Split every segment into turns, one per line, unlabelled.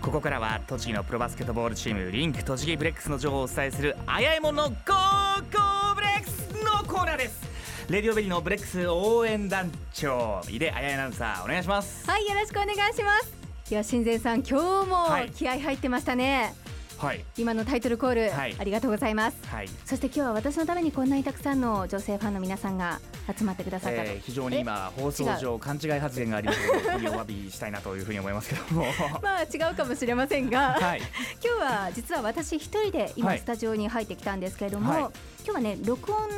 こからは栃木のプロバスケットボールチームリンク栃木ブレックスの情報をお伝えする「あやえもんのゴーゴーブレックス」のコーナーですレディオベリーのブレックス応援団長井出彩アナウンサーお願いします
はい、よろしくお願いします。いや、新前さん、今日も
はい
気合入ってましたね。
はい
今のタイトルコール、
はい
ありがとうございます。
はい、
そして今日は私のためにこんなにたくさんの女性ファンの皆さんが集まってくださったと。
えー非常に今放送上勘違い発言がありますのでお詫びしたいなというふうに思いますけど も
まあ違うかもしれませ んが、
はい
今日は実は私一人で今
はい
スタジオに入ってきたんですけれども、
はい
今日はね録音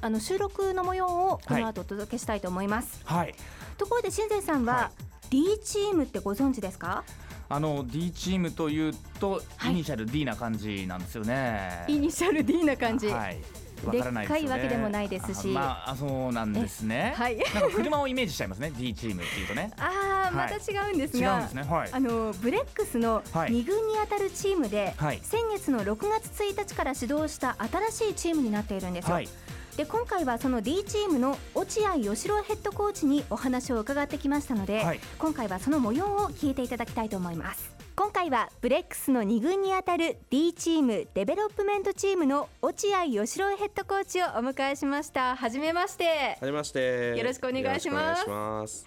あの収録の模様をこ
はい
の後お届けしたいと思います。
はい
ところで新前さんは、
は
D チームってご存知ですか？
あの D チームというと
は
イ
い
ニシャル D な感じなんですよね、
イニシャル D な感じ。
はいわからないですよね
でっかいわけでもないですし
あまああそうなんですね
はい。
なんか車をイメージしちゃいますね D チームっていうとね
ああまた違うんです
違
が、
うんですねはい
あのブレックスの
はい
2軍に当たるチームで、
はい
先月の6月1日から始動した新しいチームになっているんですよ、
はい
で今回はその D チームの落合義郎ヘッドコーチにお話を伺ってきましたので、
はい
今回はその模様を聞いていただきたいと思います今回はブレックスの2軍に当たる D チームデベロップメントチームの落合義郎ヘッドコーチをお迎えしましたはじめまして
はじめまして。
よろしくお願いします
よろしくお願いします。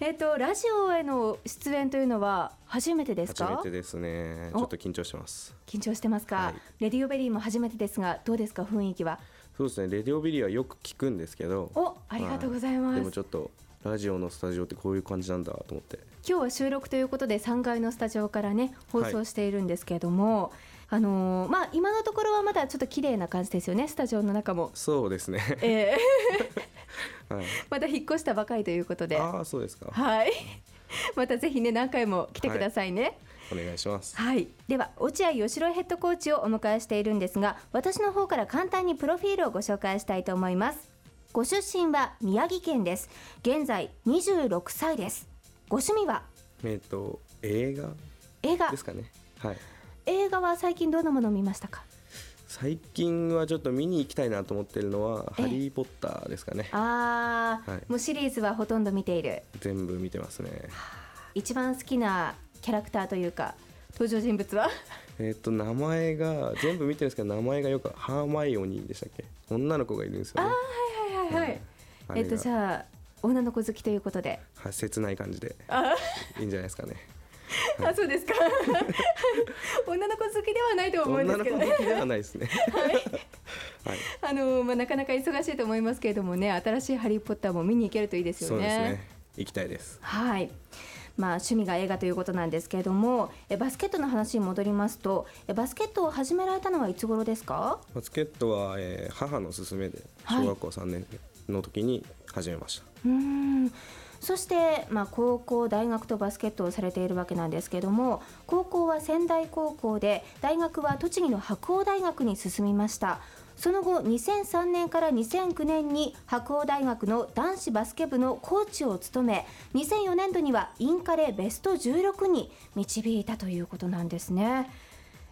えっ、とラジオへの出演というのは初めてです
初
か
めてですね。ち
お
ょっと緊張してます。
緊張してますか、
はい
レディオベリーも初めてですがどうですか雰囲気は
そうですね。レディオビリーはよく聞くんですけど。
おありがとうございます、
でもちょっとラジオのスタジオってこういう感じなんだと思って。、
今日は収録ということで3階のスタジオからね放送しているんですけれども、あのーまあ今のところはまだちょっと綺麗な感じですよねスタジオの中も
そうですね。
え
はい。
ーまた引っ越したばかりということで
ああそうですか。
はい またぜひね何回も来てくださいね、
お願いします。
はい、では落合義郎ヘッドコーチをお迎えしているんですが私の方から簡単にプロフィールをご紹介したいと思いますご出身は宮城県です現在26歳ですご趣味は
えっと映画
映画
ですかね。はい。
映画は最近どんなものを見ましたか
最近はちょっと見に行きたいなと思ってるのは
ええ
ハリーポッターですかね。
あー、
はい
もうシリーズはほとんど見ている
全部見てますね。
一番好きなキャラクターというか登場人物は
えっと名前が全部見てるんですけど名前がよくハーマイオニーでしたっけ？女の子がいるんですよね。
はいはいはい、え
あれ
っと
が
じゃあ女の子好きということで
は切ない感じで
あ
いいんじゃないですかね。
あそうですか女の子好きではないと 思うんで
女
す
の
け
子
ど
好
ね
きではないですね。 はい、
あのまあ、なかなか忙しいと思いますけれどもね新しい「ハリー・ポッター」も見に行けるといいです
そ
よ
うです
ね。
ね。行きたいです。
はいまあ、趣味が映画ということなんですけれどもえバスケットの話に戻りますとえバスケットを始められたのはいつ頃ですか
バスケットは、えー母の勧めで
はい
小学校3年の時に始めました。
うーんそして、まあ、高校大学とバスケットをされているわけなんですけれども高校は仙台高校で大学は栃木の白鴎大学に進みましたその後2003年から2009年に白鴎大学の男子バスケ部のコーチを務め2004年度にはインカレベスト16に導いたということなんですね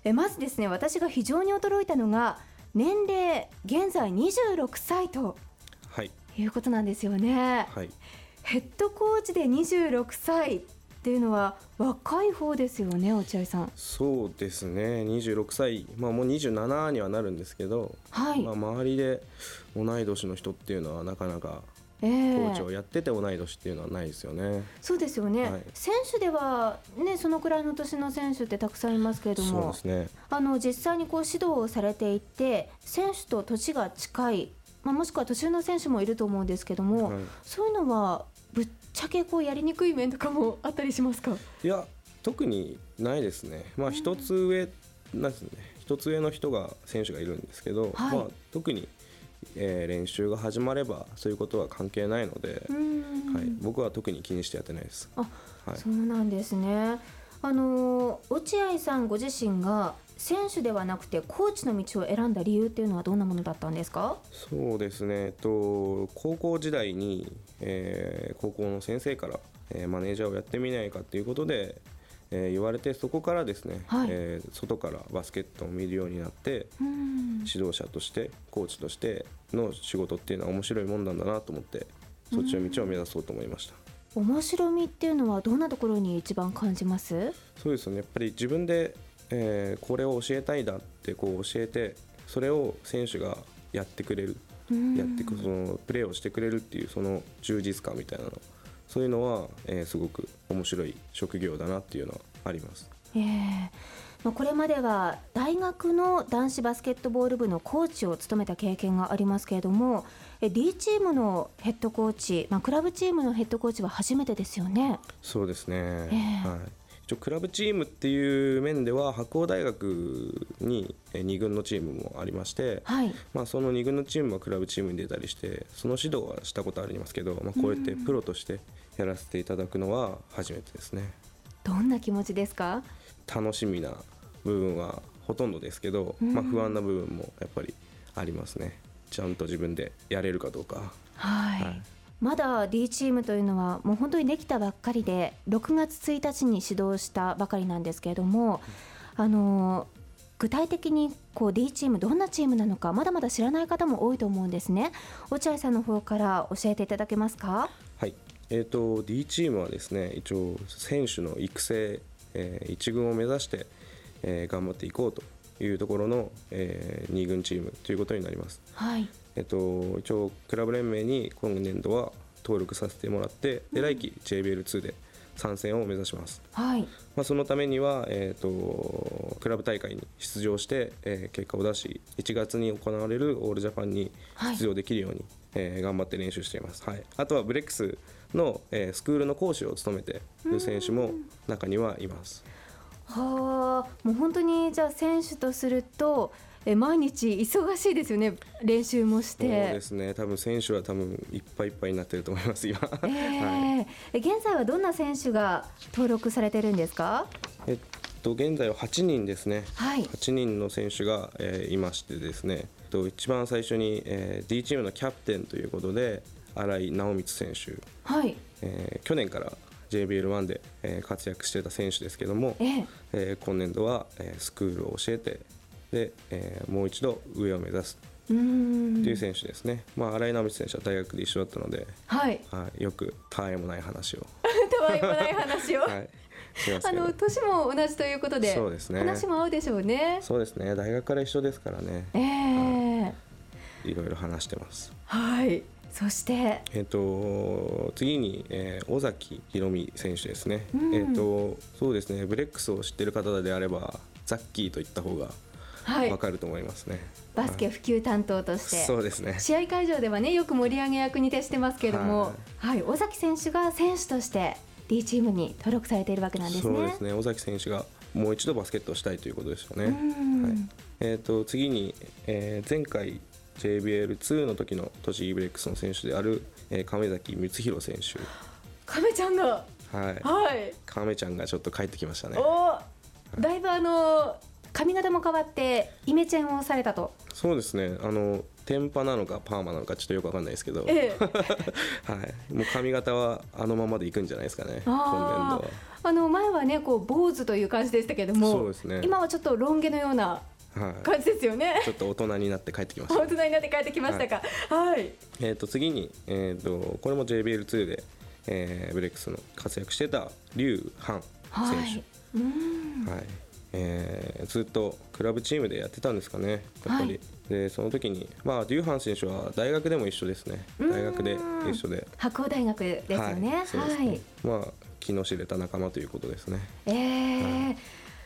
えまずですね私が非常に驚いたのが年齢現在26歳と
はい
いうことなんですよね
はい。
ヘッドコーチで26歳っていうのは若い方ですよね落合さん
そうですね。26歳、まあもう27にはなるんですけど、
はい、
まあ周りで同い年の人っていうのはなかなか
え
コ
え
ーチをやってて同い年っていうのはないですよね。
そうですよね、
はい
選手ではねそのくらいの年の選手ってたくさんいますけれど
そう
も
ですね。
あの実際にこう指導をされていて選手と年が近い、まあ、もしくは年上の選手もいると思うんですけども、
はい
そういうのはぶっちゃけこうやりにくい面とかもあったりしますか
いや特にないですね。まあ一つ上なんですね。一つ上の人が選手がいるんですけど、
はい
まあ特に、えー練習が始まればそういうことは関係ないので、
うーん
はい僕は特に気にしてやってないです。
あ
はい。
そうなんですね。あのー落合さんご自身が選手ではなくてコーチの道を選んだ理由っていうのはどんなものだったんですか？
そうですね。えっと高校時代に、えー高校の先生から、えーマネージャーをやってみないかということで。えー言われてそこからですね、
はい
えー外からバスケットを見るようになって、
うん。
指導者としてコーチとしての仕事っていうのは面白いもんなんだなと思ってそっちの道を目指そうと思いました、
面白みっていうのはどんなところに一番感じます
そうですねやっぱり自分で、えーこれを教えたいだってこう教えてそれを選手がやってくれる、
うん
やってくそのプレーをしてくれるっていうその充実感みたいなのそういうのは、えーすごく面白い職業だなっていうのはあります。
ええまあ、これまでは大学の男子バスケットボール部のコーチを務めた経験がありますけれどもえ D チームのヘッドコーチ、まあ、クラブチームのヘッドコーチは初めてですよね。
そうですね、
え
はい、一応クラブチームっていう面では白鴎大学に2軍のチームもありまして、
はい、
まあ、その2軍のチームはクラブチームに出たりしてその指導はしたことありますけど、まあ、こうやってプロとしてやらせていただくのは初めてですね
どんな気持ちですか
楽しみな部分はほとんどですけど、まあ、
うん
不安な部分もやっぱりありますねちゃんと自分でやれるかどうか
はい、
はい
まだ D チームというのはもう本当にできたばっかりで6月1日に指導したばかりなんですけれども、あの具体的にこう D チームどんなチームなのかまだまだ知らない方も多いと思うんですね落合さんの方から教えていただけますか
はい、えー、と D チームはですね一応選手の育成、えー、1軍を目指して、えー頑張っていこうというところの、え2軍チームということになります、
はい
えっと、一応クラブ連盟に今年度は登録させてもらって、で来季 JBL2 で参戦を目指します、
はい
まあ、そのためには、えー、とクラブ大会に出場して、えー結果を出し1月に行われるオールジャパンに
はい
出場できるように、えー頑張って練習しています、はい、あとはブレックスの、えースクールの講師を務めている選手も中にはいます
はあもう本当にじゃあ選手とするとえ毎日忙しいですよね練習もし
そうで
て。
すね多分選手は多分いっぱいいっぱいになってると思います今、
え
はい
ーえ現在はどんな選手が登録されてるんですか
えっと現在は8人ですね、
はい
8人の選手が、えーいましてですね、えっと、一番最初に、えー D チームのキャプテンということで新井直光選手、
はい
えー去年から JBL1 で、えー活躍してた選手ですけども、
ええ
えー今年度は、えースクールを教えてで、えーもう一度上を目指す
うーん
という選手ですね、まあ、新井直光選手は大学で一緒だったので、
はい
はい、よくたわいもない話を、
たわいもない話を、
はい、します
あ
けど
の年も同じということで
そうですね
話も合うでしょうね
そうですね大学から一緒ですからね
ええ
いろいろ話してます
はいそして
えっ、と次に、えー尾崎宏美選手ですね、
うん
えっ、とそうですねブレックスを知ってる方であればザッキーと言った方が
はい
わかると思いますね、
バスケ普及担当として、
そうですね
試合会場ではねよく盛り上げ役に徹してますけれども
は、
はい、尾崎選手が選手として D チームに登録されているわけなんですね。
そうですね尾崎選手がもう一度バスケットをしたいということですよね、
うん
はいえー、と次に、えー前回 JBL2 の時の栃木ブレックスの選手である、えー亀崎光弘選
亀ちゃんが、
手はい
はい、
亀ちゃんがちょっと帰ってきましたね
おーだいぶあの髪型も変わってイメチェンをされたと。
そうですねあの天パなのかパーマなのかちょっとよくわかんないですけど、
ええ、
はい、もう髪型はあのままでいくんじゃないですかね今年度
あ
は
ーあの前はねこう坊主という感じでしたけども、
そうですね
今はちょっとロン毛のような
は
感じですよね
い、ち。ょっと大人になって帰ってきました
大
ね、
人になって帰ってきましたか。はい。
えー、と次に、えー、とこれも JBL2 で、えーブレックスの活躍してた劉ハン
は
選手、
い。うん。
はいえーずっとクラブチームでやってたんですかね、やっぱり。
はい
で、その時に、まあ、デューハン選手は大学でも一緒ですね、
うん
大学で一緒で、
白鴎大学ですよね。
はいそうです
はい
ねまあ、気の知れた仲間ということですね。
えー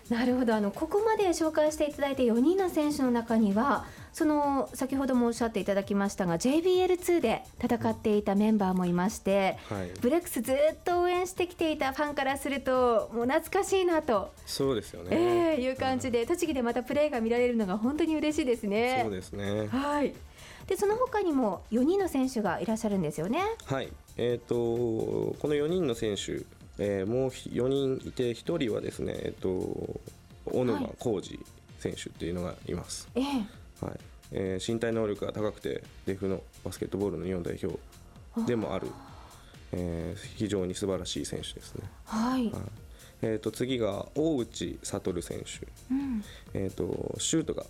なるほどあのここまで紹介していただいて4人の選手の中にはその先ほどもおっしゃっていただきましたが JBL2 で戦っていたメンバーもいまして、
はい、
ブレックスずっと応援してきていたファンからするともう懐かしいなと、
そうですよ
え
ね、
ーいう感じで栃木でまたプレーが見られるのが本当に嬉しいですね。
そうですね。
はいでその他にも4人の選手がいらっしゃるんですよね。
はい、えー、とこの4人の選手、えーもう4人いて、1人はですね、えー、と小沼
はい
浩二選手っていうのがいます、
ええ
はいえー身体能力が高くて、デフのバスケットボールの日本代表でもある、えー非常に素晴らしい選手ですね。
はい、
はいえー、と次が大内悟選手、
うん
えーと、シュートが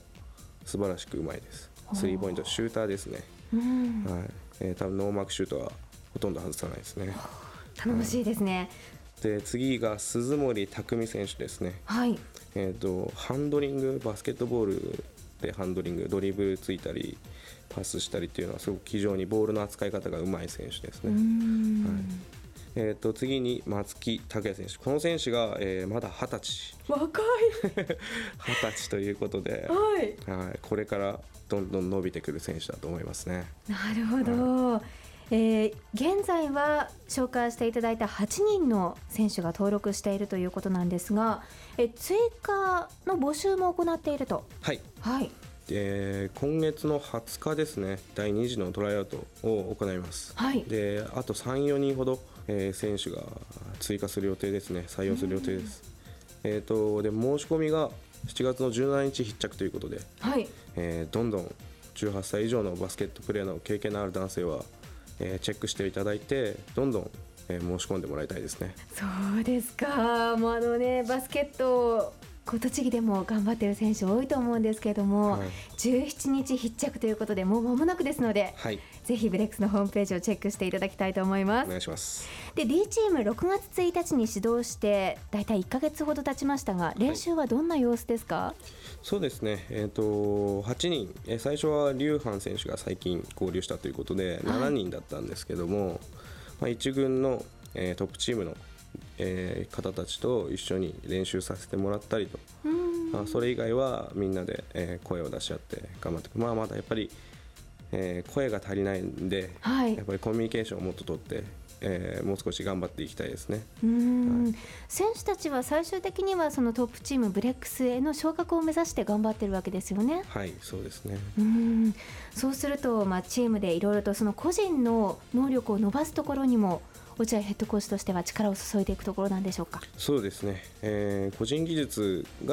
素晴らしくうまいです、スリーポイント、シューターですね。
うん
はい、えー、多分ノーマークシュートはほとんど外さないですね。
頼もしいですね。
で次が鈴森拓海選手ですね、
はい。
えー、とハンドリングバスケットボールでハンドリングドリブルついたりパスしたりっていうのはすごく非常にボールの扱い方がうまい選手です
うー
ね。
ん。
えー、と次に松木拓也選手この選手が、えーまだ20歳
若い。
二十歳ということで、
はい。
はい、これからどんどん伸びてくる選手だと思いますね。
なるほど。えー現在は紹介していただいた8人の選手が登録しているということなんですが、え追加の募集も行っていると。
はい
はい。
で今月の20日ですね第2次のトライアウトを行います、
はい
であと34人ほど、えー選手が追加する予定ですね採用する予定です、えー、とで申し込みが7月の17日必着ということで、
はい。
えーどんどん18歳以上のバスケットプレーの経験のある男性は、えーチェックしていただいてどんどん、えー申し込んでもらいたいですね
そうですか。もうあのねバスケット。こう栃木でも頑張ってる選手多いと思うんですけれども、
はい
17日必着ということでもう間もなくですので、
はい
ぜひブレックスのホームページをチェックしていただきたいと思いま
お
す。
願いします
で D チーム6月1日に始動してだいたい1ヶ月ほど経ちましたが練習はどんな様子ですか、
そうですね、えー、と8人、えー最初は劉ン選手が最近合流したということで、7人だったんですけども、まあ、1軍の、えートップチームの、えー方たちと一緒に練習させてもらったりと、まあ、それ以外はみんなで、えー声を出し合って頑張って、まあ、まだやっぱり、えー声が足りないんで、
はい
やっぱりコミュニケーションをもっと取って、えーもう少し頑張っていきたいですね。
うーん選手たちは最終的にはそのトップチームブレックスへの昇格を目指して頑張ってるわけですよね。
はい、そうですね。
うーんそうすると、まあ、チームでいろいろとその個人の能力を伸ばすところにも落合ヘッドコーチとしては力を注いでいくところなんでしょうか。
そうですね、えー個人技術が